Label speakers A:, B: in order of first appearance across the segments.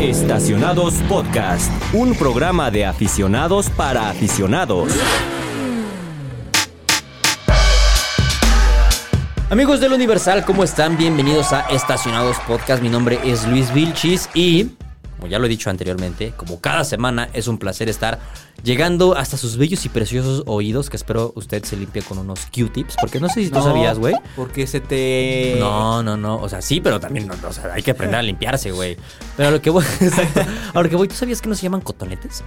A: Estacionados Podcast, un programa de aficionados para aficionados.
B: Amigos del Universal, ¿cómo están? Bienvenidos a Estacionados Podcast. Mi nombre es Luis Vilchis y, como ya lo he dicho anteriormente, como cada semana es un placer estar llegando hasta sus bellos y preciosos oídos, que espero usted se limpie con unos Q-tips, porque no sé si tú sabías, güey.
C: Porque se te.
B: No, no, no. O sea, sí, pero también no, o sea, hay que aprender a limpiarse, güey. Pero a lo que voy, exacto. A lo que voy, ¿tú sabías que no se llaman cotonetes?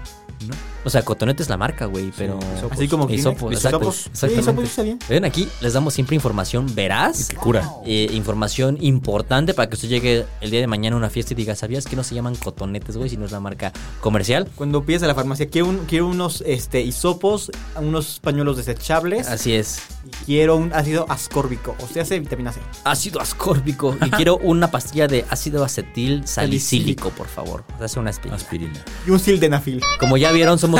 C: No.
B: O sea, cotonete es la marca, güey, pero.
C: hisopos. Así como Kleenex,
B: Hisopos, exacto,
C: hisopos. Sí,
B: exactamente.
C: hisopos está bien.
B: Ven, aquí les damos siempre información veraz.
C: que cura.
B: eh, información importante para que usted llegue el día de mañana a una fiesta y diga, ¿sabías que no se llaman cotonetes, güey, sino es la marca comercial?
C: Cuando pides a la farmacia, quiero, un- quiero unos este, hisopos, unos pañuelos desechables.
B: Así es.
C: Y quiero un ácido ascórbico, o sea, hace vitamina C.
B: Ácido ascórbico. Y quiero una pastilla de ácido acetil salicílico, por favor. Hace una aspirina.
D: Aspirina.
C: Y un sildenafil.
B: Como ya vieron, somos.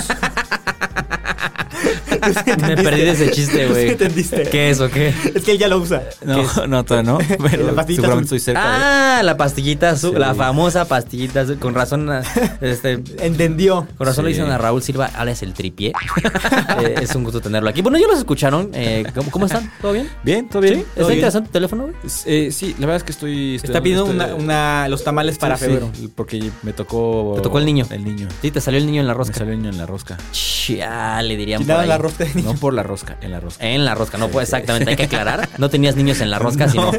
B: Me perdí de ese chiste, güey.
C: Sí entendiste.
B: ¿Qué es o qué?
C: Es que él ya lo usa.
D: No, no, todavía no. Pero
C: La pastillita
D: seguramente
C: azul.
D: estoy cerca
B: Ah, la pastillita azul,
D: Sí.
B: la famosa pastillita azul. Con razón, este,
C: Entendió.
B: Con razón le
D: Sí.
B: dicen a Raúl Silva, alias el tripié. Eh, es un gusto tenerlo aquí. Bueno, ya los escucharon. eh, ¿cómo, cómo están? ¿Todo bien?
D: de. Bien, todo bien.
B: ¿Está interesante tu teléfono, güey?
D: S- eh, sí, la verdad es que estoy. estoy-
C: Está pidiendo
D: estoy-
B: este-
C: una, una- los tamales para
D: Sí,
C: febrero.
D: sí, porque me tocó.
B: ¿Te tocó el niño?
D: El niño.
B: Sí, te salió el niño en la
D: Me
B: rosca.
D: salió el niño en la rosca.
B: le dirían
C: Y
B: por
C: nada,
B: ahí.
C: la rosca de niño.
D: No por la rosca, en la rosca.
B: En la rosca, no, pues exactamente, hay que aclarar. No tenías niños en la rosca, sino,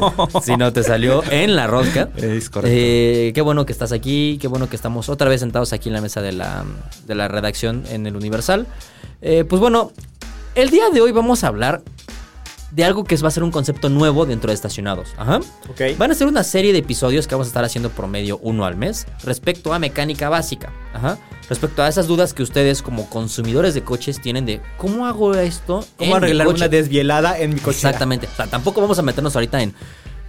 B: sino te salió en la rosca.
D: Es correcto.
B: Eh, qué bueno que estás aquí, qué bueno que estamos otra vez sentados aquí en la mesa de la, de la redacción en el Universal. Eh, pues bueno, el día de hoy vamos a hablar de algo que va a ser un concepto nuevo dentro de Estacionados. Ajá.
C: Ok.
B: Van a ser una serie de episodios que vamos a estar haciendo promedio uno al mes respecto a mecánica básica. Ajá. Respecto a esas dudas que ustedes como consumidores de coches tienen de cómo hago esto. en
C: ¿Cómo
B: mi
C: arreglar
B: coche?
C: una desvielada en mi coche?
B: Exactamente. O sea, tampoco vamos a meternos ahorita en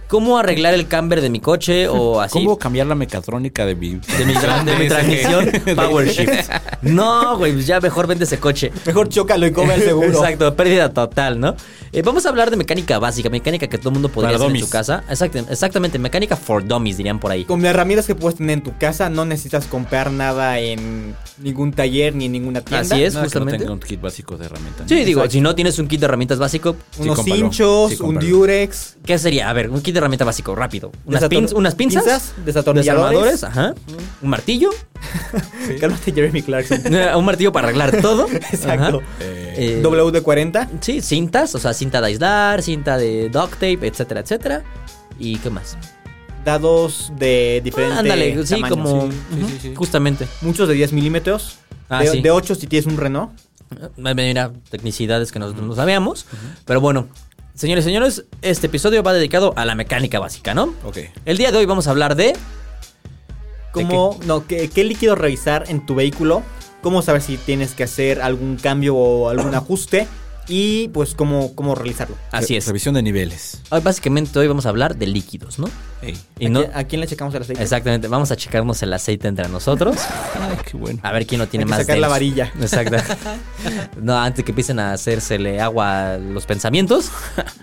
B: cómo arreglar el camber de mi coche o así.
D: ¿Cómo cambiar la mecatrónica de mi.
B: De mi, tra- de mi transmisión Power Shift. No, güey, pues ya mejor vende ese coche.
C: Mejor chócalo y cobra el seguro.
B: Exacto, pérdida total, ¿no? Eh, vamos a hablar de mecánica básica, mecánica que todo el mundo podría
D: Para
B: hacer en
D: dummies.
B: su casa. Exacto, exactamente, mecánica for dummies, dirían por ahí.
C: Con las herramientas que puedes tener en tu casa, no necesitas comprar nada en ningún taller ni en ninguna tienda.
B: Así es,
D: Nada que no
B: justamente.
D: tenga un kit básico de herramientas.
B: Sí,
D: ¿no?
B: digo,
C: Exacto.
B: si no tienes un kit de herramientas básico,
C: Unos
D: Sí, cómpralo.
C: hinchos,
D: Sí,
C: un
D: cómpralo.
C: durex.
B: ¿qué sería? A ver, un kit de herramienta básico, rápido. Unas,
C: Desator-
B: pin- unas pinzas,
C: pinzas, destornilladores.
B: desarmadores, ajá, un martillo,
C: Cálmate, Jeremy Clarkson.
B: eh, un martillo para arreglar todo.
C: Exacto.
B: ajá.
D: Eh,
B: Eh,
C: WD-40.
B: Sí, cintas, o sea, cinta de aislar, cinta de duct tape, etcétera, etcétera. ¿Y qué más?
C: Dados de diferentes
B: Ah, Ándale, sí,
C: tamaños.
B: como
C: Sí.
B: ujú, justamente.
C: Muchos de 10 milímetros.
B: Ah,
C: de,
B: sí.
C: 8 si tienes un Renault.
B: Eh, Mira, tecnicidades que nosotros no sabíamos, pero bueno, señores, señores, este episodio va dedicado a la mecánica básica, ¿no?
D: ok.
B: El día de hoy vamos a hablar de
C: Como, no, ¿qué, qué líquido revisar en tu vehículo? ¿Cómo saber si tienes que hacer algún cambio o algún ajuste? Y pues cómo, cómo realizarlo.
B: así
D: Re-
B: es.
D: Revisión de niveles.
B: Hoy, básicamente hoy vamos a hablar de líquidos, ¿no?
D: Ey.
B: Y
C: ¿A,
B: no
C: quién, a quién le checamos el aceite?
B: exactamente, vamos a checarnos el aceite entre nosotros,
D: Ay, qué bueno.
B: a ver quién lo tiene
C: Hay que
B: más
C: sacar la
B: denso.
C: varilla.
B: Exacto. No, antes que empiecen a hacérsele agua a los pensamientos,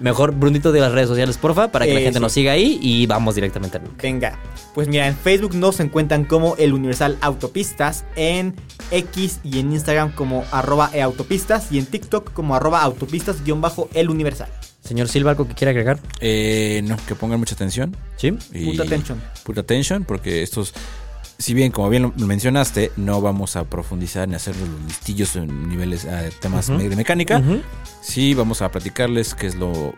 B: mejor Brunito de las redes sociales, porfa, para que la
C: Eh,
B: gente
C: sí.
B: nos siga ahí y vamos directamente al
C: Venga, pues mira, en Facebook nos encuentran como el Universal Autopistas, en X y en Instagram como arroba eautopistas y en TikTok como arroba autopistas guión bajo el Universal.
B: Señor Silva, ¿algo que quiera agregar?
D: Eh, no, que pongan mucha atención.
B: Sí.
D: Y
C: Puta atención.
D: Puta atención, porque estos, si bien, como bien lo mencionaste, no vamos a profundizar ni hacer los listillos en niveles, eh, temas
B: Ujú.
D: de mecánica.
B: Ujú.
D: Sí, vamos a platicarles qué es lo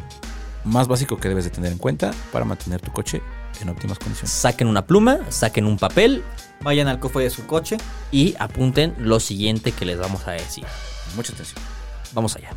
D: más básico que debes de tener en cuenta para mantener tu coche en óptimas condiciones.
B: Saquen una pluma, saquen un papel
C: Vayan al cofre de su coche.
B: y apunten lo siguiente que les vamos a decir.
D: Mucha atención.
B: Vamos allá.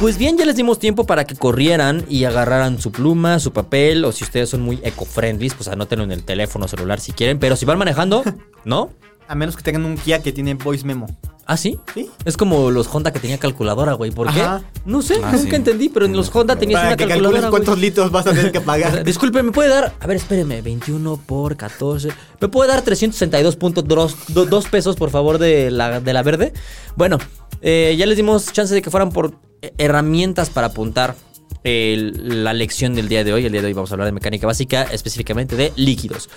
B: Pues bien, ya les dimos tiempo para que corrieran y agarraran su pluma, su papel, o si ustedes son muy eco-friendly, pues anótenlo en el teléfono celular si quieren, pero si van manejando, ¿no?
C: A menos que tengan un Kia que tiene voice memo.
B: ¿Ah, sí?
C: ¿Sí?
B: Es como los Honda que tenía calculadora, güey. ¿Por qué?
C: Ajá.
B: No sé,
D: Ah,
B: nunca
D: sí.
B: entendí, pero en los
D: Una
B: Honda tenías
C: Para
B: una
C: que
B: calculadora.
C: calcules
B: güey.
C: cuántos litros vas a tener que
B: O sea,
C: pagar.
B: disculpe, ¿me puede dar? A ver, espéreme, 21 por 14. ¿Me puede dar 362.2 pesos, por favor, de la, de la verde? Bueno, eh, ya les dimos chance de que fueran por eh, herramientas para apuntar. el- la lección del día de hoy. El día de hoy vamos a hablar de mecánica básica, específicamente de líquidos.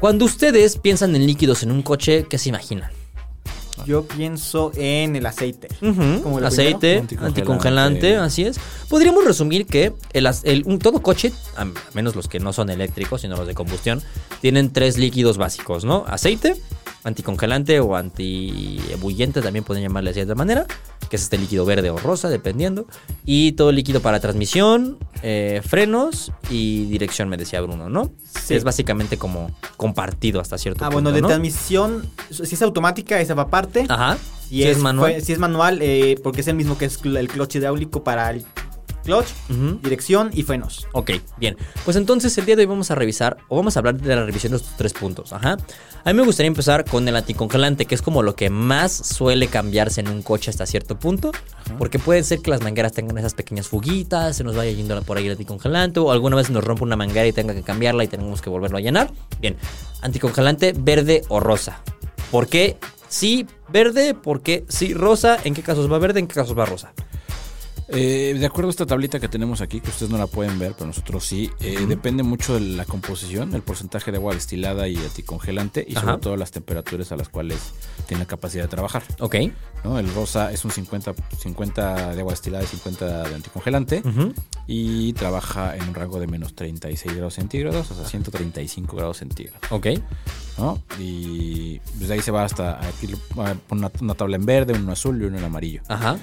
B: Cuando ustedes piensan en líquidos en un coche, ¿qué se imaginan?
C: Yo pienso en el aceite.
B: Ujú,
C: Como lo
B: Aceite,
D: primero.
B: anticongelante,
D: Anticongelante.
B: así es. Podríamos resumir que el, as- el- un, todo coche, a menos los que no son eléctricos, sino los de combustión, tienen tres líquidos básicos, ¿no? Aceite, anticongelante o antiebullente, también pueden llamarle de cierta manera, que es este líquido verde o rosa, dependiendo. Y todo líquido para transmisión, eh, frenos y dirección, me decía Bruno, ¿no?
C: Sí.
B: Es básicamente como compartido hasta cierto
C: Ah,
B: punto.
C: bueno, de
B: ¿no?
C: transmisión, si es automática, esa va aparte.
B: Ajá.
C: Si,
B: Sí,
C: es,
B: es manual.
C: fue- si es manual, eh, porque es el mismo que es cl- el clutch hidráulico para el clutch,
B: Ujú.
C: dirección y frenos.
B: Ok, bien. Pues entonces el día de hoy vamos a revisar o vamos a hablar de la revisión de estos tres puntos. Ajá. A mí me gustaría empezar con el anticongelante, que es como lo que más suele cambiarse en un coche hasta cierto punto. Porque puede ser que las mangueras tengan esas pequeñas fuguitas, se nos vaya yendo por ahí el anticongelante, o alguna vez nos rompe una manguera y tenga que cambiarla y tenemos que volverlo a llenar. Bien, anticongelante verde o rosa. ¿Por qué? Sí, verde, porque sí, rosa. ¿En qué casos va verde? ¿En qué casos va rosa?
D: Eh, de acuerdo a esta tablita que tenemos aquí, que ustedes no la pueden ver, pero nosotros sí, eh, depende mucho de la composición, el porcentaje de agua destilada y anticongelante y sobre
B: Ajá.
D: todo las temperaturas a las cuales tiene la capacidad de trabajar.
B: Ok.
D: ¿no? El rosa es un 50, 50 de agua destilada y 50 de anticongelante
B: Ujú.
D: y trabaja en un rango de menos 36 grados centígrados hasta 135 grados centígrados.
B: Ok.
D: ¿no? Y pues, de ahí se va hasta aquí lo- ah, pon una, una tabla en verde, uno en azul y uno en amarillo.
B: Ajá.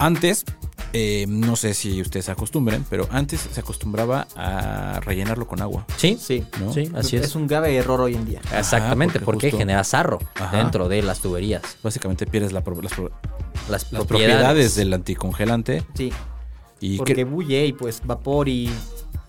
D: Antes, eh, no sé si ustedes se acostumbren, pero antes se acostumbraba a rellenarlo con agua.
B: Sí.
C: Sí.
D: ¿no?
B: Sí, así es. Ah,
C: Es un grave error hoy en día.
B: Exactamente,
D: Ajá,
B: porque,
D: porque justo-
B: genera zarro
D: Ajá.
B: dentro de las tuberías.
D: Básicamente pierdes la pro- las, pro-
B: Las,
D: las
B: propiedades.
D: propiedades del anticongelante
C: Sí.
D: y
C: porque
D: que-
C: bulle y pues vapor y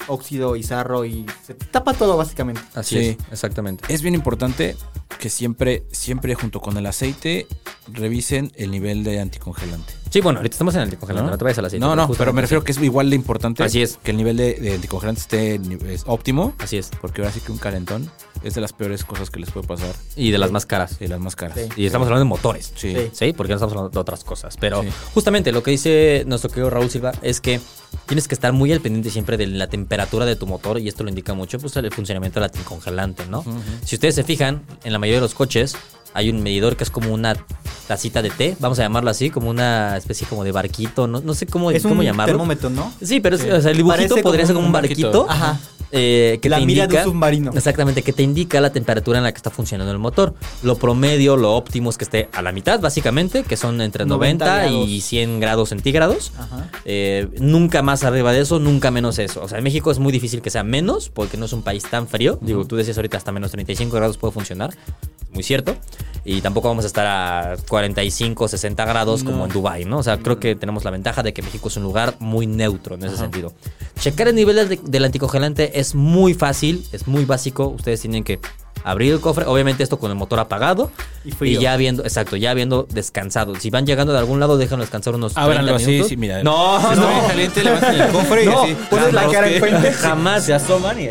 C: óxido y sarro y se tapa todo básicamente.
B: Así
D: Sí.
B: es, exactamente.
D: es bien importante que siempre, siempre junto con el aceite revisen el nivel de anticongelante.
B: Sí, bueno, ahorita estamos en el congelador, no, te vayas a la
D: No, no, pero me refiero que es igual de importante
B: Así es.
D: que el nivel de, de anticongelante esté en nive- es óptimo,
B: Así es.
D: porque ahora sí que un calentón es de las peores cosas que les puede pasar
B: Y de las más caras.
D: de las más caras.
C: Sí.
B: Y estamos hablando de motores.
D: Sí.
C: Sí.
B: Sí, porque no estamos hablando de otras cosas. Pero
D: Sí.
B: justamente lo que dice nuestro querido Raúl Silva es que tienes que estar muy al pendiente siempre de la temperatura de tu motor y esto lo indica mucho pues el funcionamiento del anticongelante, ¿no? Si ustedes se fijan, en la mayoría de los coches hay un medidor que es como una tacita de té, vamos a llamarlo así, como una especie como de barquito, no, no sé cómo,
C: es
B: cómo
C: un
B: llamarlo.
C: termómetro, ¿no?
B: Sí, pero es-
C: Sí.
B: o sea, el dibujito
C: Parece
B: podría
C: como
B: ser como un
D: un
B: barquito.
D: barquito.
C: Ajá.
B: eh, que
C: La
B: te
C: mira de un
B: indica-
C: submarino.
B: Exactamente, que te indica la temperatura en la que está funcionando el motor. Lo promedio, lo óptimo es que esté a la mitad, básicamente, que son entre 90,
C: 90
B: y
C: grados.
B: 100 grados centígrados.
C: Ajá.
B: Eh, nunca más arriba de eso, nunca menos eso. O sea, en México es muy difícil que sea menos porque no es un país tan frío. Digo, tú decías ahorita hasta menos 35 grados puede funcionar. Muy cierto. Y tampoco vamos a estar a 45, 60 grados como en Dubai ¿no? O sea, creo que tenemos la ventaja de que México es un lugar muy neutro en ese sentido. Checar el nivel del, del anticongelante es muy fácil, es muy básico. Ustedes tienen que abrir el cofre, obviamente esto con el motor apagado
C: Y
B: y,
C: frío.
B: ya viendo, exacto, ya viendo descansado. Si van llegando de algún lado, déjanlo descansar unos 30
D: Ábranlo así,
B: minutos.
D: sí, mira.
B: No,
D: Si está bien caliente, levanten el cofre y
B: No, pues
D: así.
C: pones la cara enfrente.
B: Jamás.
D: Se asoman y...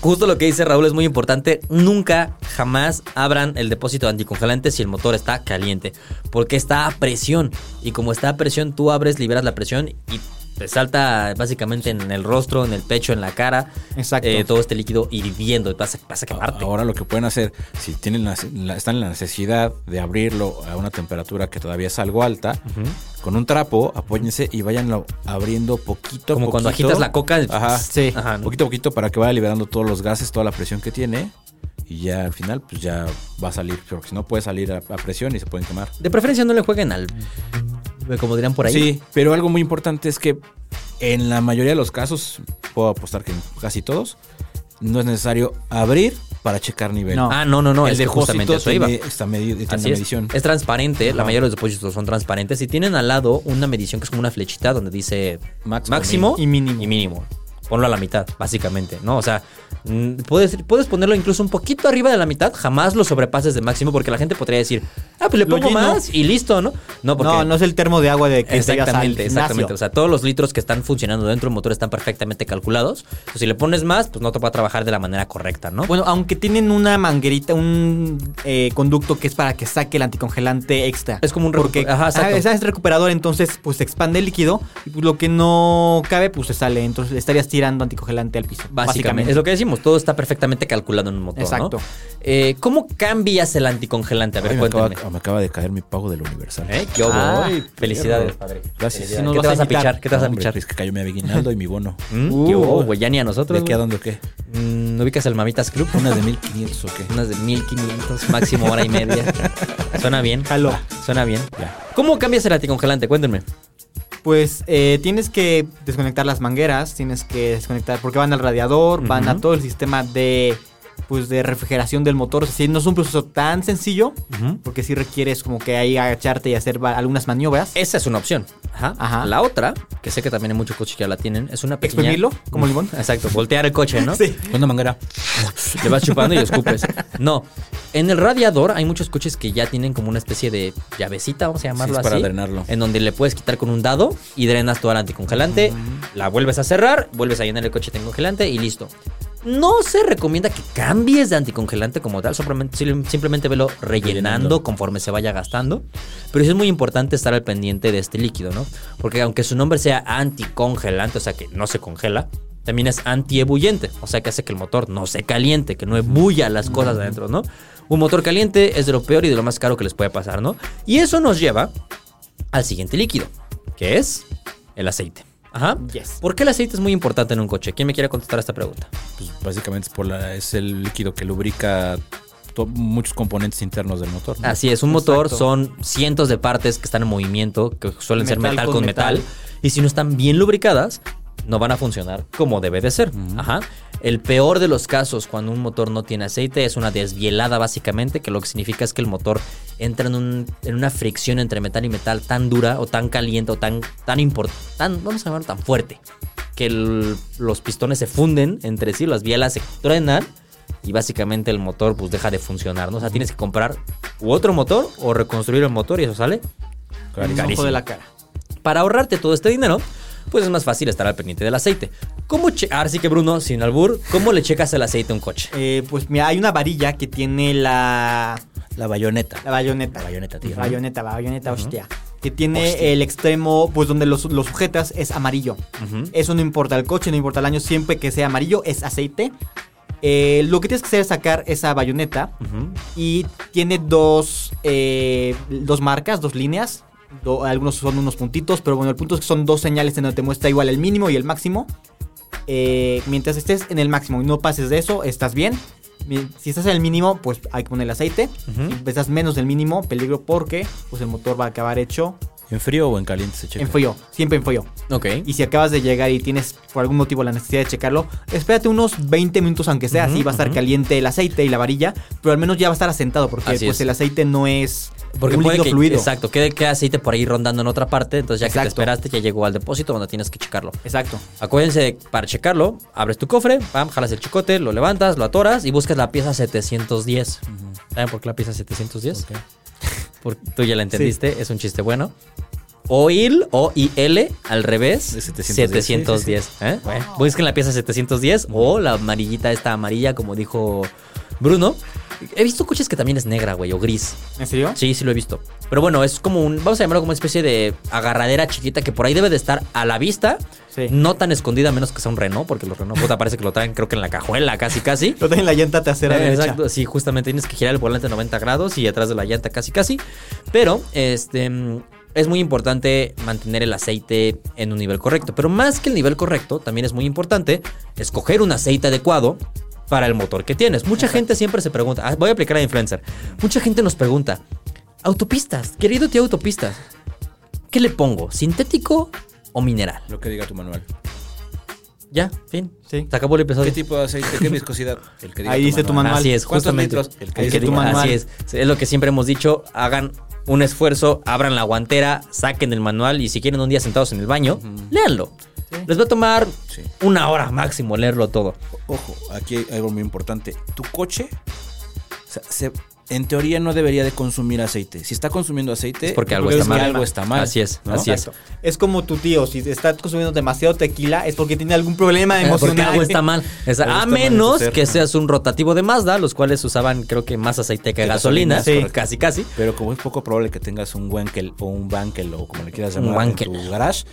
B: Justo lo que dice Raúl es muy importante. Nunca, jamás abran el depósito de anticongelante si el motor está caliente. Porque está a presión. Y como está a presión, tú abres, liberas la presión y te salta básicamente en el rostro, en el pecho, en la cara.
C: Exacto.
B: eh, todo este líquido hirviendo. Vas a, vas a quemarte.
D: Ahora lo que pueden hacer, si tienen la- la- están en la necesidad de abrirlo a una temperatura que todavía es algo alta, con un trapo, apóyense y vayanlo abriendo poquito a
B: Como cuando
D: poquito.
B: agitas la coca.
D: Ajá.
C: Sí.
B: Ajá, ¿no?
D: Poquito a poquito para que vaya liberando todos los gases, toda la presión que tiene. Y ya al final, pues ya va a salir. Porque si no, puede salir a, a presión y se pueden quemar.
B: De preferencia no le jueguen al... eh, Como dirán por ahí.
D: Sí, pero algo muy importante es que en la mayoría de los casos, puedo apostar que en casi todos, no es necesario abrir para checar nivel.
C: No.
B: Ah, no, no, no.
D: el
B: es que justamente
D: depósito
B: eso iba.
D: tiene esta medi-
B: Así
D: tiene una
B: es.
D: medición.
B: Es transparente, la mayoría de los depósitos son transparentes y tienen al lado una medición que es como una flechita donde dice
D: Máximo,
B: máximo
C: mínimo.
B: y mínimo. Ponlo a la mitad, básicamente, ¿no? O sea, Mm, Puedes, puedes ponerlo incluso un poquito arriba de la mitad, jamás lo sobrepases de máximo, porque la gente podría decir, ah, pues le
C: Lo
B: pongo
C: lleno.
B: más y listo, ¿no? No, porque
C: No, no es el termo de agua de que llegas al
B: Exactamente,
C: gimnasio.
B: exactamente. O sea, todos los litros que están funcionando dentro del motor están perfectamente calculados. Entonces, si le pones más, pues no te va a trabajar de la manera correcta, ¿no?
C: Bueno, aunque tienen una manguerita, un eh, conducto que es para que saque el anticongelante extra.
B: Es como un recu-
C: porque
B: Ajá,
C: Ajá,
B: exacto.
C: es recuperador, entonces pues se expande el líquido y pues, lo que no cabe pues se sale, entonces le estarías tirando anticongelante al piso.
B: Básicamente. Es lo que decimos, todo está perfectamente calculado en un motor.
C: Exacto.
B: ¿no? Eh, ¿Cómo cambias el anticongelante? A ver,
D: Ay, me,
B: cuéntame.
D: acaba, me acaba de caer mi pago del universal.
B: ¿Eh? Yo
C: Ah,
B: voy. Felicidades,
D: perro.
B: padre.
D: Gracias.
B: Felicidades.
C: Sí, nos
B: ¿Qué te
C: vas
B: vas
C: a
B: a pichar?
C: invitar.
B: ¿Qué te vas a
D: Hombre,
B: pichar?
D: Es que cayó mi aguinaldo y mi bono.
B: ¿Mm?
C: Uh.
B: ¿Qué hubo, güey? Ya ni a nosotros.
D: ¿De qué a
B: güey.
D: dónde o qué?
B: Mm, ¿No ubicas el Mamitas Club?
D: ¿Unas de 1500 o qué?
B: Unas de 1500, máximo hora y media. Suena bien.
C: Jalo.
B: Suena bien.
D: Ah, Ya.
B: ¿Cómo cambias el anticongelante? Cuéntenme.
C: Pues eh, tienes que desconectar las mangueras, tienes que desconectar porque van al radiador, van a
B: Ujú.
C: todo el sistema de pues de refrigeración del motor. O sea, sí, no es un proceso tan sencillo porque sí requieres como que ahí agacharte y hacer va- algunas maniobras.
B: Esa es una opción. Ajá.
C: Ajá.
B: La otra, que sé que también hay muchos coches que ya la tienen, es una pequeña... Mm,
C: ¿Exprimirlo como limón?
B: Exacto, voltear el coche, ¿no?
C: Sí.
D: Una manguera.
B: Te vas chupando y lo escupes. No, en el radiador hay muchos coches que ya tienen como una especie de llavecita, vamos a llamarlo
D: Sí, es
B: así.
D: para drenarlo.
B: En donde le puedes quitar con un dado y drenas todo el anticongelante, la vuelves a cerrar, vuelves a llenar el coche de anticongelante y listo. No se recomienda que cambies de anticongelante como tal, simplemente, sim- simplemente velo rellenando
D: Rellenando.
B: conforme se vaya gastando. Pero sí es muy importante estar al pendiente de este líquido, ¿no? Porque aunque su nombre sea anticongelante, o sea que no se congela, también es antiebullente, o sea que hace que el motor no se caliente, que no ebulla las cosas adentro, ¿no? Un motor caliente es de lo peor y de lo más caro que les puede pasar, ¿no? Y eso nos lleva al siguiente líquido, que es el aceite. Ajá.
C: Yes.
B: ¿Por qué el aceite es muy importante en un coche? ¿Quién me quiere contestar esta pregunta?
D: Pues básicamente es, por la, es el líquido que lubrica to- muchos componentes internos del motor. ¿no?
B: Así es, un motor
C: Exacto.
B: son cientos de partes que están en movimiento, que suelen ser
C: Metal
B: metal
C: con
B: con metal.
C: metal.
B: Y si no están bien lubricadas, no van a funcionar como debe de ser. Ajá. El peor de los casos cuando un motor no tiene aceite es una desvielada básicamente, que lo que significa es que el motor entra en, un- en una fricción entre metal y metal tan dura o tan caliente o tan, tan importante, vamos a llamarlo tan fuerte, que el- los pistones se funden entre sí, las bielas se truenan y básicamente el motor pues deja de funcionar, ¿no? O sea, tienes que comprar u otro motor o reconstruir el motor y eso sale
C: Un ojo
B: carísimo.
C: de la cara.
B: Para ahorrarte todo este dinero, pues es más fácil estar al pendiente del aceite. ¿Cómo che- Ahora sí que Bruno, sin albur, ¿cómo le checas el aceite a un coche?
C: Eh, pues mira, hay una varilla que tiene la,
D: La bayoneta.
C: la bayoneta.
D: La bayoneta, tío.
C: Bayoneta, bayoneta, hostia. Que tiene el extremo, pues donde los, los sujetas es amarillo. Eso no importa el coche, no importa el año, siempre que sea amarillo es aceite. Eh, lo que tienes que hacer es sacar esa bayoneta y tiene dos, eh, dos marcas, dos líneas. Do- algunos son unos puntitos, pero bueno, el punto es que son dos señales en donde te muestra igual el mínimo y el máximo. Eh, mientras estés en el máximo y no pases de eso, estás bien. Mi- Si estás en el mínimo, pues hay que poner el aceite. Si estás menos del mínimo, peligro porque pues el motor va a acabar hecho
D: ¿En frío o en caliente se checa?
C: en follo, siempre en follo.
B: Ok.
C: Y si acabas de llegar y tienes por algún motivo la necesidad de checarlo, espérate unos 20 minutos aunque sea, así va a estar caliente el aceite y la varilla, pero al menos ya va a estar asentado porque
B: Así
C: pues
B: es.
C: el aceite no es
B: Porque
C: un
B: puede
C: líquido
B: que,
C: fluido.
B: Exacto, quede, quede aceite por ahí rondando en otra parte, entonces ya que te
C: Exacto.
B: esperaste ya llegó al depósito donde tienes que checarlo.
C: Exacto.
B: Acuérdense, de- para checarlo, abres tu cofre, pam, jalas el chicote, lo levantas, lo atoras y buscas la pieza 710. ¿Saben por qué la pieza 710?
D: Ok.
B: Porque tú ya la entendiste, es un chiste bueno. OIL, O-I-L, al revés,
D: Es
B: 710.
D: 710,
B: ¿eh? Busquen la pieza 710 o la amarillita esta amarilla, como dijo Bruno. He visto coches que también es negra, güey, o gris.
C: ¿En serio?
B: Sí, sí lo he visto. Pero bueno, es como un, vamos a llamarlo como una especie de agarradera chiquita que por ahí debe de estar a la vista.
C: Sí.
B: No tan escondida, a menos que sea un Renault, porque los Renault puta parece que lo traen creo que en la cajuela, casi casi.
C: Lo tengo en la llanta trasera
B: Eh,
C: derecha.
B: Exacto, sí, justamente tienes que girar el volante 90 grados y atrás de la llanta casi casi. Pero este mm, es muy importante mantener el aceite en un nivel correcto. Pero más que el nivel correcto, también es muy importante escoger un aceite adecuado para el motor que tienes. Mucha gente siempre se pregunta, ah, voy a aplicar a influencer. Mucha gente nos pregunta, autopistas, querido tío autopistas, ¿qué le pongo? ¿Sintético o mineral?
D: Lo que diga tu manual.
B: Ya, fin.
C: Sí.
B: Se acabó el episodio.
D: ¿Qué tipo de aceite? ¿Qué viscosidad? El que diga
C: Ahí dice tu manual.
B: Así es,
D: ¿Cuántos
B: justamente.
D: litros? El que
B: El
D: dice
B: que
D: tu
B: diga.
C: manual.
B: Así es. Es lo que siempre hemos dicho. Hagan un esfuerzo, abran la guantera, saquen el manual y si quieren un día sentados en el baño, léanlo. Les va a tomar
D: Sí.
B: una hora máximo leerlo todo.
D: Ojo, aquí hay algo muy importante. Tu coche, o sea, se- en teoría no debería de consumir aceite. Si está consumiendo aceite, pues
B: Es porque algo
D: es
B: está
D: que
B: mal.
D: algo está mal,
B: Así es,
D: ¿no?
B: así es.
C: Exacto. Es como tu tío, si está consumiendo demasiado tequila, es porque tiene algún problema emocional.
B: Eh, Porque algo está mal. O sea,
D: Ah, Algo
B: a
D: está mal en su
B: menos
D: ser.
B: que seas un rotativo de Mazda, los cuales usaban, creo que más aceite que
D: Que
B: gasolina.
D: gasolina, sí.
B: Casi, casi.
D: Pero como es poco probable que tengas un wankel o un bankel o como le quieras
B: Un
D: llamar en
B: wankel.
D: tu garage,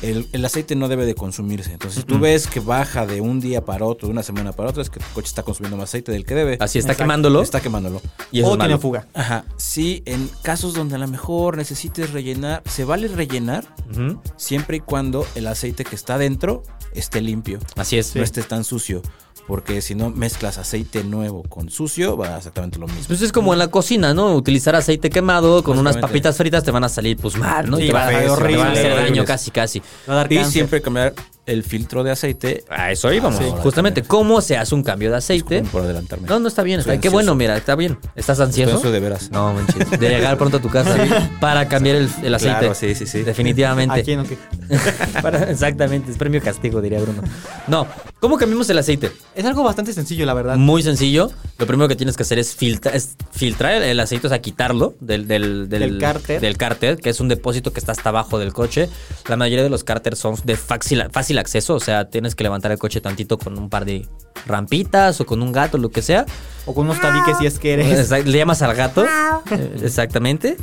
D: el, el aceite no debe de consumirse. Entonces, si tú ves que baja de un día para otro, de una semana para otra, es que tu coche está consumiendo más aceite del que debe.
B: Así está quemándolo.
D: Está quemándolo.
B: y eso
C: o
B: es malo.
C: tiene fuga.
D: Ajá. Sí, en casos donde a lo mejor necesites rellenar, se vale rellenar
B: Ujú.
D: siempre y cuando el aceite que está dentro esté limpio,
B: Así es.
D: no esté tan sucio. Porque si no mezclas aceite nuevo con sucio, va exactamente lo mismo.
B: Pues es como en la cocina, ¿no? Utilizar aceite quemado con unas
D: Exactamente.
B: papitas fritas te van a salir pues mal, ¿no? y
C: Sí,
B: te van a,
C: feo,
B: te van a hacer
C: horrible.
B: daño casi, casi.
C: Va a dar
D: Y
C: cáncer.
D: siempre cambiar el filtro de aceite
B: A eso íbamos.
D: Sí.
B: Justamente, ¿cómo se hace un cambio de aceite?
D: Disculpen por adelantarme.
B: No, no está bien. Está,
D: Pues Estoy
B: qué
D: ansioso.
B: bueno, mira, está bien. ¿Estás
D: Estoy
B: ansioso?
D: ansioso de veras.
B: No, manches. De llegar pronto a tu casa para cambiar el, el aceite.
D: Claro, sí, sí, sí.
B: Definitivamente.
C: ¿A quién o qué?
B: Para- exactamente, es premio castigo, diría Bruno. No, ¿cómo cambiamos el aceite?
C: Es algo bastante sencillo, la verdad.
B: Muy sencillo. Lo primero que tienes que hacer es, filtra- es filtrar el, el aceite, o sea, quitarlo del, del,
C: Del cárter.
B: del cárter, que es un depósito que está hasta abajo del coche. La mayoría de los cárteres son de fácil, fácil acceso, o sea, tienes que levantar el coche tantito con un par de rampitas o con un gato, lo que sea.
C: O con unos tabiques si es que eres.
B: Exact- Le llamas al gato. Eh, Exactamente.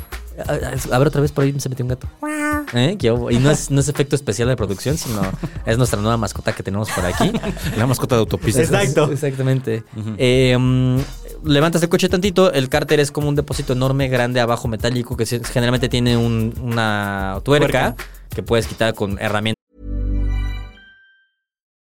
B: A- A a ver, otra vez por ahí se metió un gato. ¿Eh? ¿Qué hubo? Y no es, no es efecto especial de producción, sino es nuestra nueva mascota que tenemos por aquí.
D: La mascota de autopista.
C: Exacto.
B: Exactamente. Eh, mm, levantas el coche tantito. El cárter es como un depósito enorme, grande, abajo metálico, que se- generalmente tiene un- una tuerca, que puedes quitar con herramientas.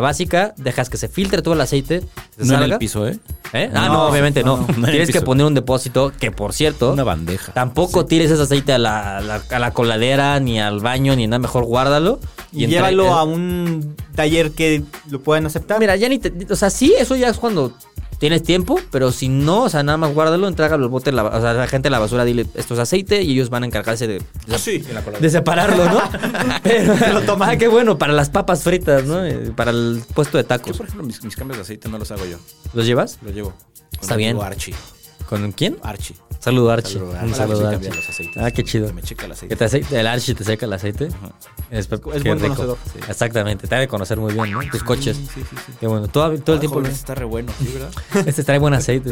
B: básica, dejas que se filtre todo el aceite. se
D: No en
B: salga.
D: el piso, ¿eh?
B: ¿Eh? Ah, no, obviamente no.
D: no, no en el
B: Tienes que
D: piso.
B: poner un depósito que, por cierto,
D: Una bandeja.
B: tampoco tires ese aceite a la, a la- a la coladera, ni al baño, ni nada. Mejor guárdalo.
C: Y
B: entra-
C: llévalo a un taller que lo puedan aceptar.
B: Ah, Mira, ya ni te- O sea, sí, eso ya es cuando tienes tiempo, pero si no, o sea, nada más guárdalo, entrégalo al bote, la, o sea, a la gente de la basura, dile, esto es aceite y ellos van a encargarse de,
D: Ah, Sí.
B: de separarlo, ¿no? pero
C: Lo toman.
B: Ah, qué bueno, para las papas fritas, ¿no? Eh, Para el puesto de
D: Yo,
B: tacos.
D: por ejemplo, mis, mis cambios de aceite no los hago yo.
B: ¿Los llevas?
D: Lo llevo. con
B: Está
D: mi
B: bien.
D: amigo Archie.
B: ¿Con quién?
D: Archie.
B: Saludo Archie.
D: Ah, Saludo, Archie.
B: Un saludo
D: Archie
B: Archie.
D: cambia los aceites.
B: Ah, qué chido.
D: Que me checa el aceite.
B: Que te ace- el Archie te seca el aceite. Es,
C: Es
B: qué
C: buen conocedor.
B: Sí. Exactamente, te ha de conocer muy bien, ¿no? Tus coches. Qué bueno, todo, todo el
D: Ah,
B: tiempo.
D: joven, está re bueno. ¿sí, verdad?
B: Este trae buen aceite.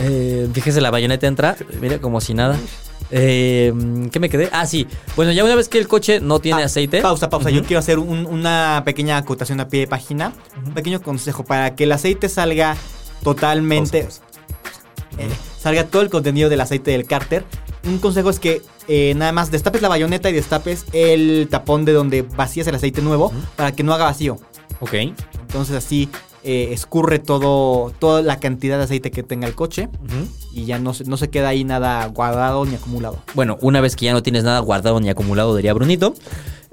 B: Eh, fíjese, la bayoneta entra, mira, como si nada. Eh, ¿Qué me quedé? Ah, sí. Bueno, ya una vez que el coche no tiene
C: Ah,
B: aceite.
C: Pausa, pausa. Yo quiero hacer un- una pequeña acotación a pie de página. Un pequeño consejo para que el aceite salga totalmente. eh, salga todo el contenido del aceite del cárter. Un consejo es que eh, nada más destapes la bayoneta y destapes el tapón de donde vacías el aceite nuevo para que no haga vacío.
B: Ok.
C: Entonces así eh, escurre todo, toda la cantidad de aceite que tenga el coche
B: Ujú.
C: y ya no se, no se queda ahí nada guardado ni acumulado.
B: Bueno, una vez que ya no tienes nada guardado ni acumulado, diría Brunito,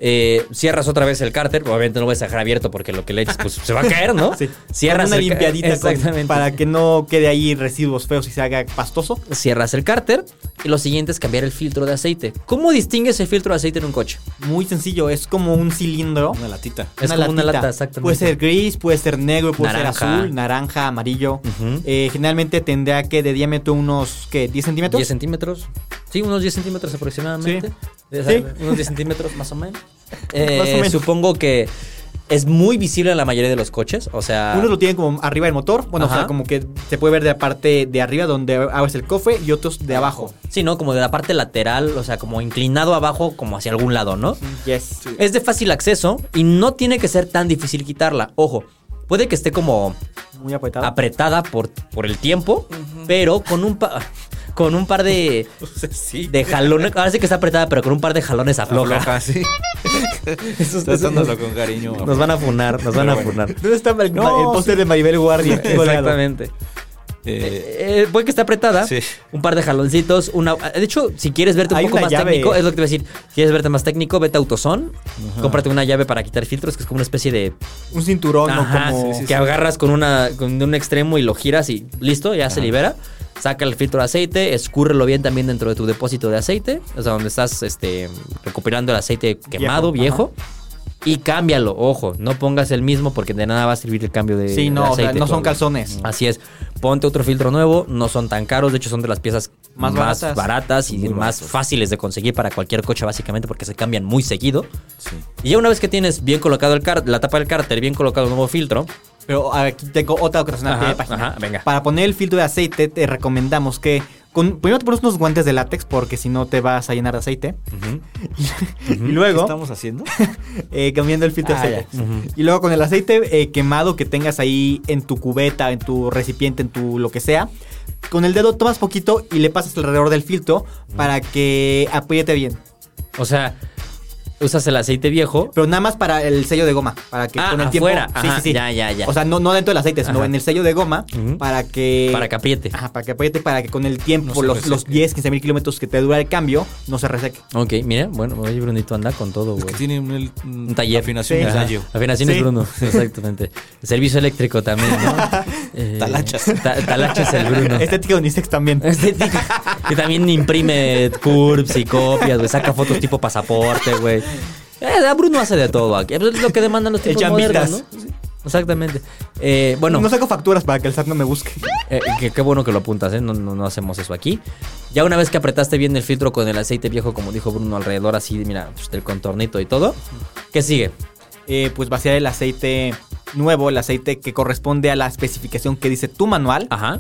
B: eh, cierras otra vez el cárter. Obviamente no lo vas a dejar abierto porque lo que le eches pues, se va a caer, ¿no?
C: Sí.
B: Cierras
C: Con una
B: el ca-
C: limpiadita con-
B: Exactamente.
C: para que no quede ahí residuos feos y se haga pastoso.
B: Cierras el cárter y lo siguiente es cambiar el filtro de aceite. ¿Cómo distingues el filtro de aceite en un coche?
C: Muy sencillo, es como un cilindro.
D: Una latita.
B: Es como una
C: latita. Pues
B: lata, exactamente.
C: Puede ser gris, puede ser negro, puede
B: Naranja.
C: ser azul, naranja, amarillo.
B: Ujú.
C: Eh, generalmente tendrá que de diámetro unos ¿qué? 10 centímetros.
B: 10 centímetros. Sí, unos 10 centímetros aproximadamente.
C: Sí.
B: O sea,
C: Sí.
B: Unos 10 centímetros más o menos. Eh,
C: Más o menos.
B: Supongo que es muy visible en la mayoría de los coches. O sea,
C: Unos lo tienen como arriba del motor, bueno, o
B: Ajá.
C: sea, como que se puede ver de la parte de arriba donde abres el cofre y otros de abajo.
B: sí, ¿no? Como de la parte lateral, o sea, como inclinado abajo, como hacia algún lado, ¿no?
C: Yes.
B: Es de fácil acceso y no tiene que ser tan difícil quitarla. Ojo, puede que esté como
C: Muy apretado.
B: apretada por, por el tiempo, pero con un... pa- con un par de,
D: sí.
B: de jalones. Ahora sí que está apretada, pero con un par de jalones afloja.
D: Afloja, sí.
B: Eso- eso-
D: Tratándolo con cariño.
B: Nos van a funar, nos van a
D: Pero bueno.
B: funar.
C: ¿Dónde está el,
D: No,
C: el póster de Maribel Guardia? aquí colgado?
B: Exactamente.
D: Eh,
B: Eh, puede que esté apretada.
D: Sí.
B: Un par de jaloncitos. Una, de hecho, si quieres verte un
C: Hay
B: poco
C: una
B: más
C: llave.
B: técnico, es lo que te iba a decir. Si quieres verte más técnico, vete a Autoson. Cómprate una llave para quitar filtros, que es como una especie de.
C: Un cinturón
B: Ajá,
C: o como...
B: que agarras con, una, con un extremo y lo giras y listo, ya se libera. Saca el filtro de aceite, escúrrelo bien también dentro de tu depósito de aceite, o sea, donde estás este, recuperando el aceite quemado, viejo. Y cámbialo, ojo, no pongas el mismo porque de nada va a servir el cambio de,
C: Sí,
B: de
C: no, o sea,
B: aceite. Mm.
C: no son calzones.
B: Así es. Ponte otro filtro nuevo, no son tan caros, de hecho son de las piezas más,
C: Más
B: baratas.
C: baratas.
B: y
D: Muy
B: más
D: baratos.
B: fáciles de conseguir para cualquier coche básicamente porque se cambian muy seguido.
D: sí.
B: Y ya una vez que tienes bien colocado el car- la tapa del cárter, bien colocado el nuevo filtro,
C: Pero aquí tengo otra ocasional
B: Ajá,
C: de página.
B: ajá, venga.
C: Para poner el filtro de aceite, te recomendamos que. Con, primero te pones unos guantes de látex porque si no te vas a llenar de aceite. y, y
D: ¿Qué
C: luego,
D: estamos haciendo?
C: eh, cambiando el filtro
D: Ah,
C: de aceite. Y luego con el aceite eh, quemado que tengas ahí en tu cubeta, en tu recipiente, en tu lo que sea. Con el dedo tomas poquito y le pasas alrededor del filtro para que apriete bien.
B: o sea, usas el aceite viejo.
C: Pero nada más para el sello de goma, para que
B: Ah,
C: con el
B: afuera.
C: tiempo.
B: Ajá, ya, ya, ya.
C: O sea, no, no dentro del aceite, sino
B: Ajá.
C: en el sello de goma
B: Ujú.
C: para que.
D: Eh,
B: Para que apriete.
C: Ajá, para que apriete, para que con el tiempo,
D: No se
C: los, los
D: reseque.
C: 10, 15 mil kilómetros que te dura el cambio, no se reseque.
B: Ok, mira, bueno, oye, Brunito anda con todo,
D: Es que
B: güey.
D: tiene un, el-
B: Un taller.
D: Afinación
C: Sí.
D: de
B: Ajá.
D: gallo.
B: Afinación es
C: Sí.
B: Bruno, exactamente. Servicio eléctrico también, ¿no? Eh,
D: Talachas.
B: ta- talachas el Bruno.
C: Estética unisex también.
B: Este tipo que también imprime curbs y copias, güey. Saca fotos tipo pasaporte, güey. Eh, a Bruno hace de todo aquí. Pues Es lo que demandan los tipos
C: Echan
B: modernos,
C: vidas.
B: ¿no? Exactamente. Eh, bueno,
C: No saco facturas para que el SAT no me busque.
B: eh, que- qué bueno que lo apuntas, ¿eh? No, no, no hacemos eso aquí. Ya una vez que apretaste bien el filtro con el aceite viejo, como dijo Bruno, alrededor así, mira, pues, del contornito y todo. ¿Qué sigue?
C: Eh, pues vaciar el aceite nuevo, el aceite que corresponde a la especificación que dice tu manual.
B: Ajá.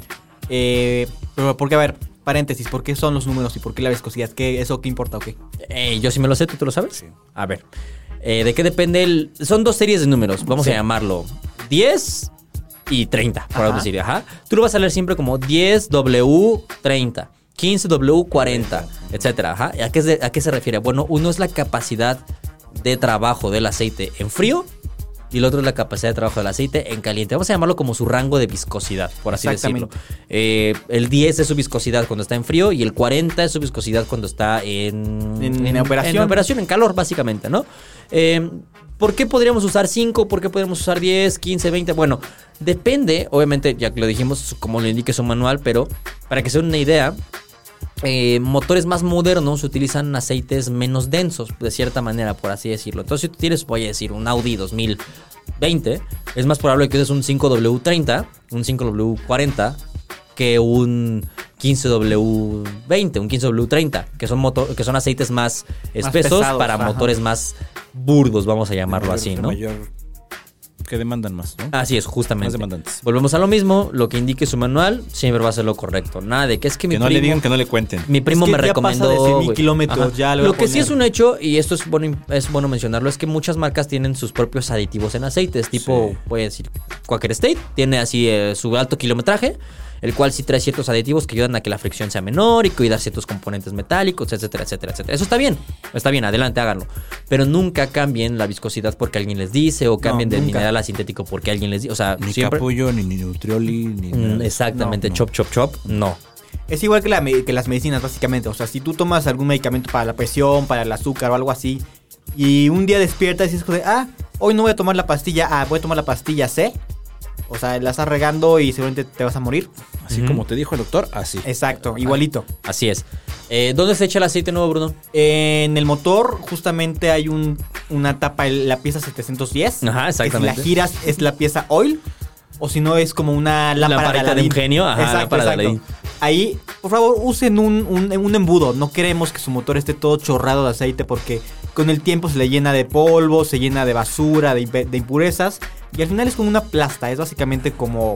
C: Eh, pero porque, a ver, paréntesis, ¿por qué son los números y por qué la viscosidad? ¿Qué, ¿Eso qué importa o qué?
B: Eh, yo sí me lo sé, ¿tú te lo sabes? A ver. Eh, ¿De qué depende el...? Son dos series de números, vamos a llamarlo 10 y 30, por algo decir, ajá. Tú lo vas a leer siempre como 10W30, 15W40, etcétera, ajá. ¿A qué, se- ¿A qué se refiere? Bueno, uno es la capacidad de trabajo del aceite en frío y el otro es la capacidad de trabajo del aceite en caliente. Vamos a llamarlo como su rango de viscosidad, por así decirlo.
C: Exactamente.
B: Eh, el 10 es su viscosidad cuando está en frío y el 40 es su viscosidad cuando está Mm. en,
C: En- en operación.
B: En operación, en calor, básicamente, ¿no? Eh, ¿Por qué podríamos usar 5? ¿Por qué podríamos usar 10, 15, 20? Bueno, depende, obviamente, ya que lo dijimos, como lo indique su manual, pero para que se den una idea, eh, motores más modernos utilizan aceites menos densos, de cierta manera, por así decirlo. Entonces, si tú tienes, voy a decir, un Audi 2020, es más probable que uses un 5W30, un 5W40, que un 15W20, un 15W30, que son, moto- que son aceites más espesos
C: pesados,
B: para
C: ajá.
B: motores más burdos, vamos a llamarlo así,
D: De
B: ¿no? Ah,
D: mayor- que demandan más, ¿no?
B: Así es, justamente.
D: Más demandantes.
B: Volvemos a lo mismo, lo que indique su manual siempre va a ser lo correcto. Nada de que es que mi
D: que no le
B: primo-
D: digan que no le cuenten.
B: mi primo
C: Es
B: me
C: que ya
B: recomendó.
C: pasa de 100.000
B: güey.
C: kilómetros,
B: Ajá.
C: ya lo
B: lo
C: voy a
B: que sí
C: poner.
B: es un hecho, y esto es bueno, es bueno mencionarlo, es que muchas marcas tienen sus propios aditivos en aceites. Tipo,
D: Sí.
B: voy a decir, Quaker State tiene así eh, su alto kilometraje, el cual sí trae ciertos aditivos que ayudan a que la fricción sea menor y cuidar ciertos componentes metálicos, etcétera, etcétera, etcétera. Eso está bien, está bien, adelante, háganlo. Pero nunca cambien la viscosidad porque alguien les dice o cambien del
C: nunca.
B: mineral a sintético porque alguien les dice. O sea,
D: Ni
B: siempre.
D: capullo, ni, ni nutrioli, ni
B: Mm,
D: nada.
B: Exactamente,
D: No, no.
B: chop, chop, chop, no.
C: Es igual que, la me- que las medicinas, básicamente. O sea, si tú tomas algún medicamento para la presión, para el azúcar o algo así, y un día despiertas y es como de, ah, hoy no voy a tomar la pastilla, ah, voy a tomar la pastilla C. O sea, la estás regando y seguramente te vas a morir.
D: Así como te dijo el doctor, así.
C: Exacto, igualito.
B: Así es. Eh, ¿Dónde se echa el aceite nuevo, Bruno?
C: En el motor, justamente hay un, una tapa, el- la pieza 710.
B: Ajá,
C: que si
B: exactamente.
C: la giras, es la pieza oil. O si no, es como una lámpara
B: Lamparita de un
C: Aladín.
B: genio, ajá, lámpara de Aladín.
C: Ahí, por favor, usen un, un- un embudo. No queremos que su motor esté todo chorrado de aceite porque con el tiempo se le llena de polvo, se llena de basura, de, impe- de impurezas. Y al final es como una plasta. Es básicamente como,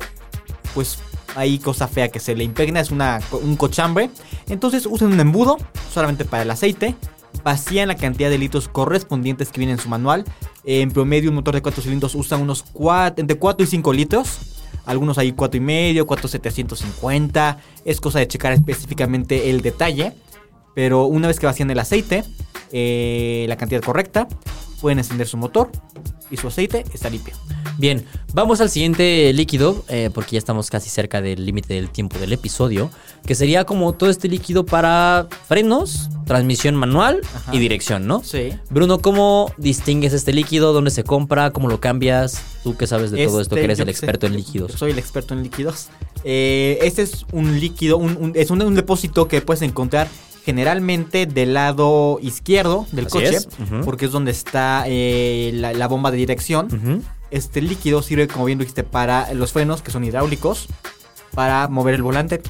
C: pues, ahí cosa fea que se le impregna. Es una, co- un cochambre. Entonces usen un embudo solamente para el aceite. Vacían la cantidad de litros correspondientes que viene en su manual. En promedio, un motor de 4 cilindros usa unos cuat- entre 4 y 5 litros. algunos ahí 4,5, 4,750. Es cosa de checar específicamente el detalle. Pero una vez que vacían el aceite, eh, la cantidad correcta, pueden encender su motor y su aceite está limpio.
B: Bien, vamos al siguiente líquido, eh, porque ya estamos casi cerca del límite del tiempo del episodio, que sería como todo este líquido para frenos, transmisión manual
C: Ajá.
B: y dirección, ¿no?
C: Sí.
B: Bruno, ¿cómo distingues este líquido? ¿Dónde se compra? ¿Cómo lo cambias? Tú que sabes de todo esto,
C: Este,
B: que eres
C: yo
B: el
C: qué sé,
B: experto en
C: yo-
B: líquidos.
C: Soy el experto en líquidos. Eh, este es un líquido, un- un- es un, un depósito que puedes encontrar generalmente del lado izquierdo del
B: Así
C: coche,
B: es, ujú.
C: porque es donde está eh, la, la bomba de dirección.
B: Ujú.
C: Este líquido sirve, como bien dijiste, para los frenos, que son hidráulicos, para mover el volante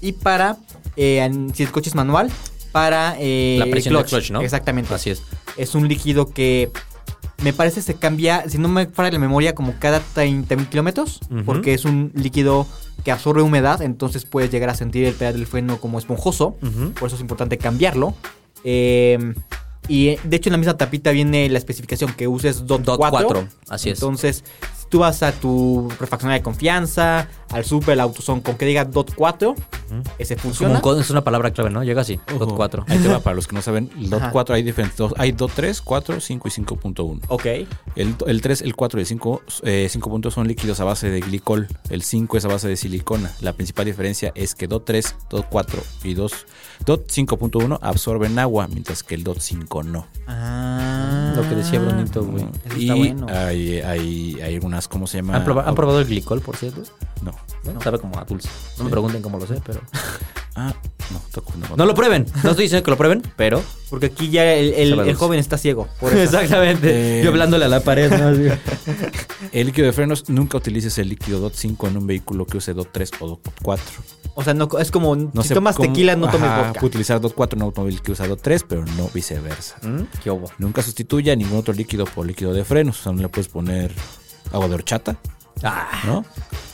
C: y para, eh, en- si el coche es manual, para... eh,
B: La presión del clutch, ¿no?
C: Exactamente.
B: Así es.
C: Es un líquido que me parece se cambia, si no me falla la memoria, como cada 30 mil kilómetros,
B: Ujú.
C: porque es un líquido que absorbe humedad, entonces puedes llegar a sentir el pedal del freno como esponjoso,
B: Ujú.
C: por eso es importante cambiarlo. Eh, y eh, de hecho en la misma tapita viene la especificación que uses DOT,
B: DOT
C: 4,
B: 4, así es.
C: Entonces, si tú vas a tu refaccionaria de confianza, al super, al autosón, con que diga DOT 4, ese
B: Como
C: funciona.
B: un co- es una palabra clave, ¿no? Llega así, DOT 4.
D: Ahí te va, para los que no saben, el DOT
C: Ajá.
D: 4 hay diferentes. dos- Hay DOT 3, 4, 5 y 5.1.
C: ok.
D: El, el 3, el 4 y el 5, eh, 5 puntos son líquidos a base de glicol. El 5 es a base de silicona. La principal diferencia es que DOT 3, DOT 4 y 2, DOT 5.1 absorben agua, mientras que el DOT 5 no. Mm.
C: Ah,
B: Lo que decía Brunito, güey.
C: Eso
D: Y
C: está bueno.
D: hay, hay, hay unas, ¿cómo se llama?
B: ¿Han, proba- han probado el glicol, por cierto?
D: No.
B: Ah, ¿No? Sabe como a dulce. No me pregunten cómo lo sé, pero...
D: Ah, no, toco, no,
B: No lo prueben. No estoy diciendo que lo prueben, pero...
C: Porque aquí ya el, el-
B: Se va a
C: el
B: dos.
C: joven está ciego. Por eso.
B: Exactamente.
D: Eh,
B: Yo hablándole a la pared. ¿no?
D: El líquido de frenos, nunca utilices el líquido DOT 5 en un vehículo que use DOT 3 o DOT 4.
C: O sea, no, es como
D: No
C: si
D: sé
C: tomas
D: cómo-
C: tequila, no tomes
D: Ajá,
C: vodka.
B: pues,
D: puede utilizar DOT 4 en un automóvil que usa DOT 3, pero no viceversa.
B: Mm, ¿Qué hubo?
D: Nunca sustituya ningún otro líquido por líquido de frenos. O sea, no le puedes poner agua de horchata,
B: Ah,
D: ¿no?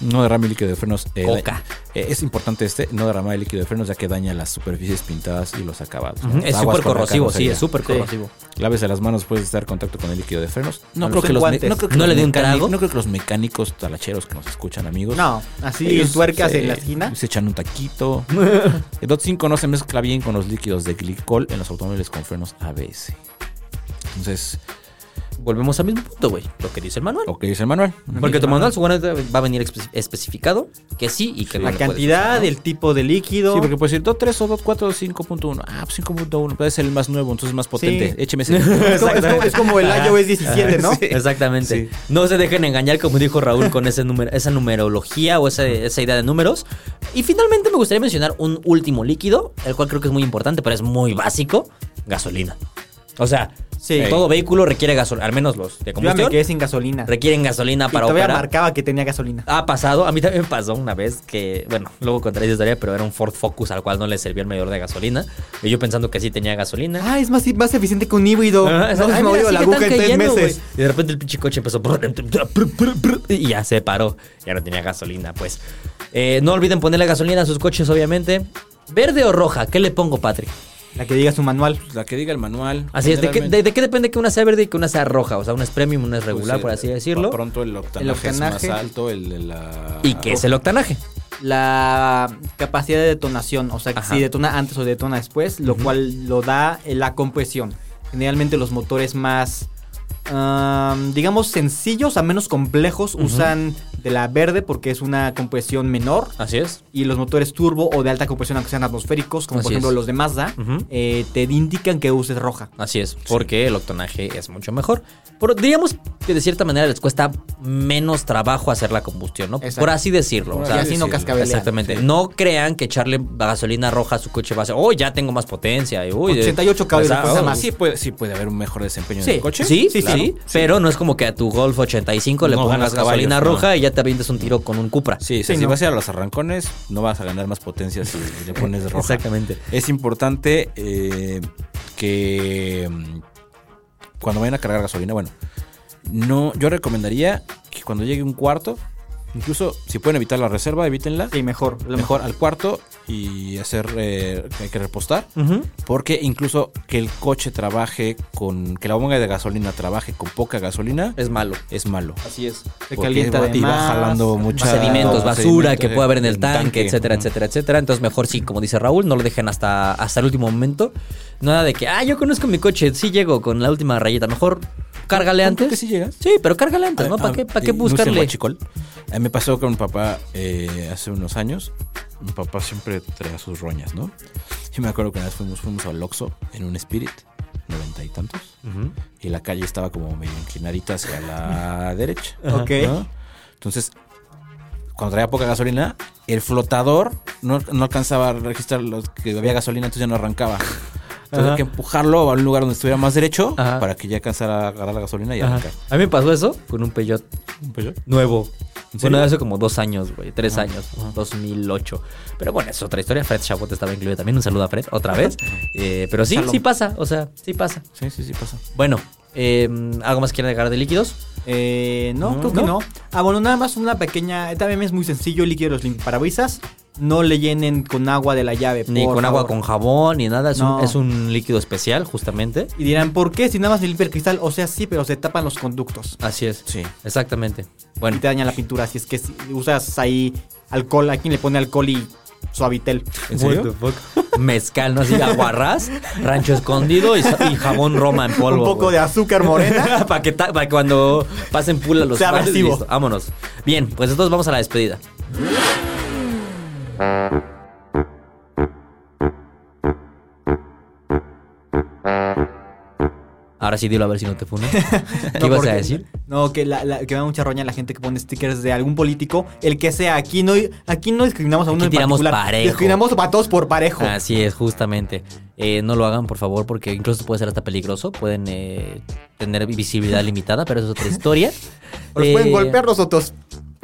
D: No derrame líquido de frenos. eh,
B: Coca.
D: da- eh, es importante este, no derramar el líquido de frenos ya que daña las superficies pintadas y los acabados. ¿no?
B: es
D: Aguas
B: súper
D: con la
B: corrosivo, sí,
D: carrocería.
B: es súper corrosivo.
D: Lávese las manos después de estar en contacto con el líquido de frenos. No,
C: Con
D: creo
C: los
D: que los me-
C: guantes.
D: no creo que
B: ¿No
D: los
B: le dé un
D: mecánicos-
B: trago?
D: No creo que los mecánicos talacheros que nos escuchan, amigos.
B: pues,
C: No, así
D: Ellos
C: en tuercas
D: se-
C: en la esquina.
D: Se echan un taquito. el DOT 5 no se mezcla bien con los líquidos de glicol en los automóviles con frenos ABS. Entonces,
B: Volvemos al mismo punto, güey. Lo que dice el manual.
D: lo que dice el manual.
B: Porque tu manual seguramente va a venir espe- especificado que sí y que no
C: la
B: lo puedes
C: cantidad,
B: usar, ¿no?
C: el tipo de líquido.
D: Sí, porque puede decir DOT 3 o DOT 4 o 5.1. Ah, pues 5.1. Puede ser el más nuevo, entonces más potente. Écheme ese.
C: es, como, es como- es como el iOS 17, ¿no?
B: Sí, Exactamente. No se dejen engañar, como dijo Raúl, con ese número, esa numerología o esa, esa idea de números. Y finalmente me gustaría mencionar un último líquido, el cual creo que es muy importante, pero es muy básico: gasolina. O sea,
C: Sí.
B: todo vehículo requiere gasolina, al menos los de
C: Yo ya me
B: combustión.
C: quedé sin gasolina.
B: Requieren gasolina
C: Y
B: para
C: todavía
B: operar.
C: marcaba que tenía gasolina.
B: Ha pasado, a mí también me pasó una vez que, bueno, luego contaré esa historia, pero era un Ford Focus al cual no le servía el medidor de gasolina. Y yo pensando que sí tenía gasolina.
C: Ah, es más, más eficiente que un híbrido.
B: Ajá,
C: Ah, no
B: exacto.
C: se
B: Ay,
C: me
B: mira,
C: olvidó
B: sí
C: la
B: que están
C: aguja en tres
B: cayendo, güey.
C: meses.
B: Y de repente el pinche coche empezó. Y ya se paró. Ya no tenía gasolina, pues. Eh, no olviden ponerle gasolina a sus coches, obviamente. ¿Verde o roja? ¿Qué le pongo, Patrick?
C: La que diga su manual.
D: Pues, La que diga el manual.
B: Así es, ¿de qué,
D: generalmente,
B: de, de qué depende que una sea verde y que una sea roja? O sea, una es premium, una es
D: pues,
B: regular,
D: eh,
B: por así decirlo.
D: Pronto el octanaje,
C: octanaje.
D: es más alto, el de la...
B: ¿Y qué es el octanaje?
C: La capacidad de detonación, o sea, que
B: Ajá.
C: si detona antes o detona después, lo cual lo da eh, la compresión. Generalmente los motores más, am, digamos, sencillos, a menos complejos, usan de la verde porque es una compresión menor.
B: Así es.
C: y los motores turbo o de alta compresión, aunque sean atmosféricos, como
B: Así
C: por ejemplo
B: es.
C: los de Mazda,
B: Ujú.
C: eh, te indican que uses roja.
B: Así es, porque el octonaje es mucho mejor. Pero diríamos que de cierta manera les cuesta menos trabajo hacer la combustión, ¿no?
C: Exacto.
B: Por así decirlo.
D: Por
B: o
C: Y
B: sea,
D: así
C: así no
D: sí,
C: cascabelean.
B: Exactamente. No crean que echarle gasolina roja a su coche va a ser, oh, ya tengo más potencia. y, uy,
C: 88 caballos de
B: ah,
C: fuerza
B: oh,
C: más.
D: Sí puede, sí puede haber un mejor desempeño
C: Sí.
D: en el coche.
B: Sí, sí,
C: Sí, claro.
B: sí, pero no es como que a tu Golf 85 le
D: No
B: pongas
D: ganas
B: gasolina
D: caballos,
B: roja
D: no.
B: y ya te avientes un tiro con un Cupra.
D: Sí, o sea,
C: Sí,
D: si
C: no.
D: vas a ir a los arrancones, no vas a ganar más potencia si le pones roja.
B: Exactamente.
D: Es importante eh, que mm, cuando vayan a cargar gasolina, bueno, no, yo recomendaría que cuando llegue un cuarto, Incluso si pueden evitar la reserva, evítenla.
C: Sí, mejor. Lo
D: mejor al cuarto y hacer eh, hay que repostar porque incluso que el coche trabaje con que la bomba de gasolina trabaje con poca gasolina es,
B: Es malo.
D: malo
B: Así es.
C: Te
D: Porque
C: calienta
D: va-
C: de
D: y va
C: más,
D: jalando mucha
B: Sedimentos, basura
D: sedimento,
B: que puede haber en el tanque, etcétera,
D: eh, Ujú.
B: etcétera, etcétera. Entonces, mejor sí, como dice Raúl, no lo dejen hasta, hasta el último momento. Nada de que, ah, yo conozco mi coche, sí llego con la última rayeta. Mejor cárgale
D: ¿Tú
B: antes.
D: que sí llegas?
B: Sí, pero cárgale antes, ¿no? ¿Para
D: Ah,
B: qué, para
D: y
B: qué
D: no usen
B: buscarle?
D: guachicol. Eh, me pasó con mi papá eh, hace unos años. Mi papá siempre traía sus roñas, ¿no? Yo me acuerdo que una vez fuimos, fuimos al Oxxo en un Spirit, noventa y tantos. Y la calle estaba como medio inclinadita hacia la derecha.
C: Ok.
D: ¿no? Entonces, cuando traía poca gasolina, el flotador no, no alcanzaba a registrar los que había gasolina, entonces ya no arrancaba. Tuve que empujarlo a un lugar donde estuviera más derecho
B: Ajá.
D: para que ya alcanzara a agarrar la gasolina y
B: Ajá. Pues
D: arrancar.
B: A mí me pasó eso con un Peugeot nuevo. Bueno, hace como dos años, güey. Tres años. 2008. Pero bueno, es otra historia. Fred Chabot estaba incluido también. Un saludo a Fred otra vez. Eh, pero sí, sí pasa. O sea, sí pasa.
D: Sí, sí, sí pasa.
B: Bueno, eh, ¿algo más quieren agregar de líquidos?
C: Eh, no, creo que no. Ah, bueno, nada más una pequeña. También es muy sencillo el líquido de los limpiaparabrisas. No le llenen con agua de la llave.
B: Ni
C: por
B: con agua
C: favor.
B: con jabón, ni nada. Es,
C: No.
B: un, es un líquido especial, justamente.
C: Y dirán, ¿por qué? Si nada más se limpia el cristal. O sea, sí, pero se tapan los conductos.
B: Así es.
D: Sí.
B: Exactamente.
C: Y
B: Bueno,
C: te daña la pintura. Si es que si usas ahí alcohol, a quien le pone alcohol y suavitel.
D: ¿En serio?
B: mezcal, ¿no? Así, aguarrás, rancho escondido y, sa- y jabón roma en polvo.
C: Un poco
B: güey.
C: de azúcar morena.
B: para que ta- pa' que cuando pasen pula los
C: Sea
B: bares,
C: abrasivo.
B: listo, vámonos. Bien, pues entonces vamos a la despedida. Ahora sí, dilo a ver si no te pune. ¿Qué
C: No,
B: ibas
C: porque-
B: a decir?
C: No, que, la, la- que me da mucha roña la gente que pone stickers de algún político, el que sea. Aquí no, aquí no discriminamos a uno
B: Aquí
C: en
B: tiramos
C: particular.
B: parejo. Ah,
C: Discriminamos a todos por parejo.
B: Así es, justamente. Eh, no lo hagan, por favor, porque incluso puede ser hasta peligroso. Pueden eh, tener visibilidad limitada, pero eso es otra historia.
C: O los pueden
B: Eh,
C: golpear los otros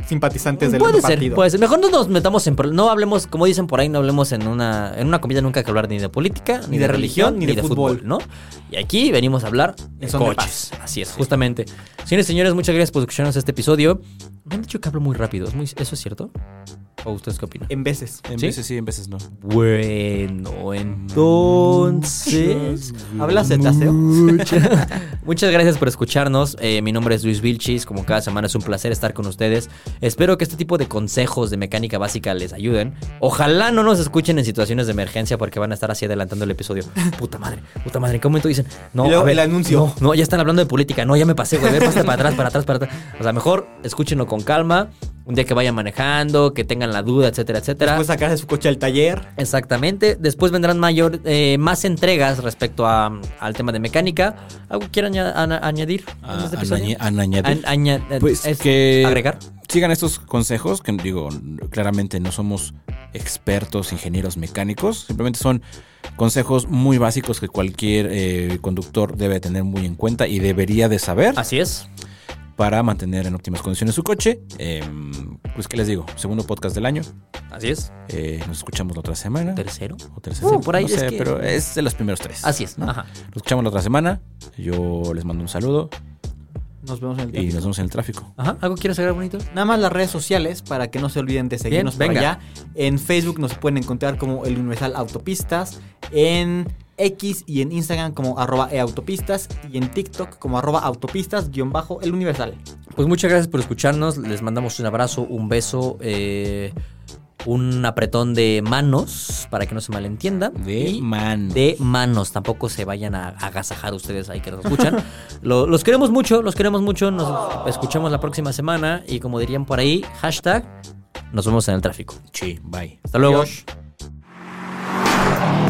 C: simpatizantes del
B: puede
C: otro
B: ser,
C: partido.
B: puede ser. Mejor no nos metamos en... pro- No hablemos, como dicen por ahí, no hablemos en una, en una comida nunca hay que hablar ni de política, ni, de, religión, ni de, fútbol, ¿no? Y aquí venimos a hablar de
C: Son de
B: coches. Así es, justamente. Señores y señores, muchas gracias por escucharnos este episodio. Me han dicho que hablo muy rápido. ¿es muy- ¿Eso es cierto? ¿O ustedes qué opinan?
C: En veces.
D: En
B: ¿Sí?
D: veces sí, en veces no.
B: Bueno, entonces...
C: ¿Hablas cetáceo?
B: Muchas gracias por escucharnos. Eh, mi nombre es Luis Vilchis. Como cada semana es un placer estar con ustedes. Espero que este tipo de consejos de mecánica básica les ayuden. Ojalá no nos escuchen en situaciones de emergencia porque van a estar así adelantando el episodio. Puta madre, puta madre. ¿En qué momento dicen? No,
C: Y luego
B: a ver,
C: el anuncio.
B: No, no, ya están hablando de política. No, ya me pasé, güey. A ver, pásate para atrás, para atrás, para atrás. O sea, mejor escúchenlo con calma. Un día que vayan manejando, que tengan la duda, etcétera, etcétera.
C: Después sacar de su coche al taller.
B: Exactamente. Después vendrán mayor, eh, más entregas respecto a, al tema de mecánica. ¿Algo quieran aña- ana- añadir? en
D: Ah,
B: este
D: an-
B: episodio?
D: añe- an- añadir.
B: An- aña- eh,
D: Pues
B: es-
D: que
B: ¿Agregar?
D: sigan estos consejos, que digo, claramente no somos expertos ingenieros mecánicos, simplemente son consejos muy básicos que cualquier eh, conductor debe tener muy en cuenta y debería de saber
B: Así es.
D: para mantener en óptimas condiciones su coche. Eh, pues qué les digo, segundo podcast del año,
B: Así es.
D: Eh, nos escuchamos la otra semana.
B: Tercero.
D: o tercera,
B: Uh, por ahí
D: no
B: es
D: sé,
B: que-
D: pero es de los primeros tres.
B: Así es. Ajá.
D: Nos escuchamos la otra semana. Yo les mando un saludo
C: Nos vemos en el
D: y nos vemos en el tráfico.
B: Ajá. ¿Algo quieres agregar bonito?
C: Nada más las redes sociales para que no se olviden de seguirnos
B: Bien,
C: por
B: venga.
C: allá. En Facebook nos pueden encontrar como el Universal Autopistas. En X y en Instagram como arroba eautopistas. Y en TikTok como arroba autopistas guión bajo el Universal.
B: Pues muchas gracias por escucharnos. Les mandamos un abrazo, un beso, eh, un apretón de manos para que no se malentiendan.
D: De
B: Y-
D: man.
B: de manos. Tampoco se vayan a a agasajar ustedes ahí que nos escuchan. Lo- los queremos mucho, los queremos mucho. Nos escuchamos la próxima semana y como dirían por ahí, hashtag, nos vemos en el tráfico.
D: Sí, bye.
B: Hasta luego.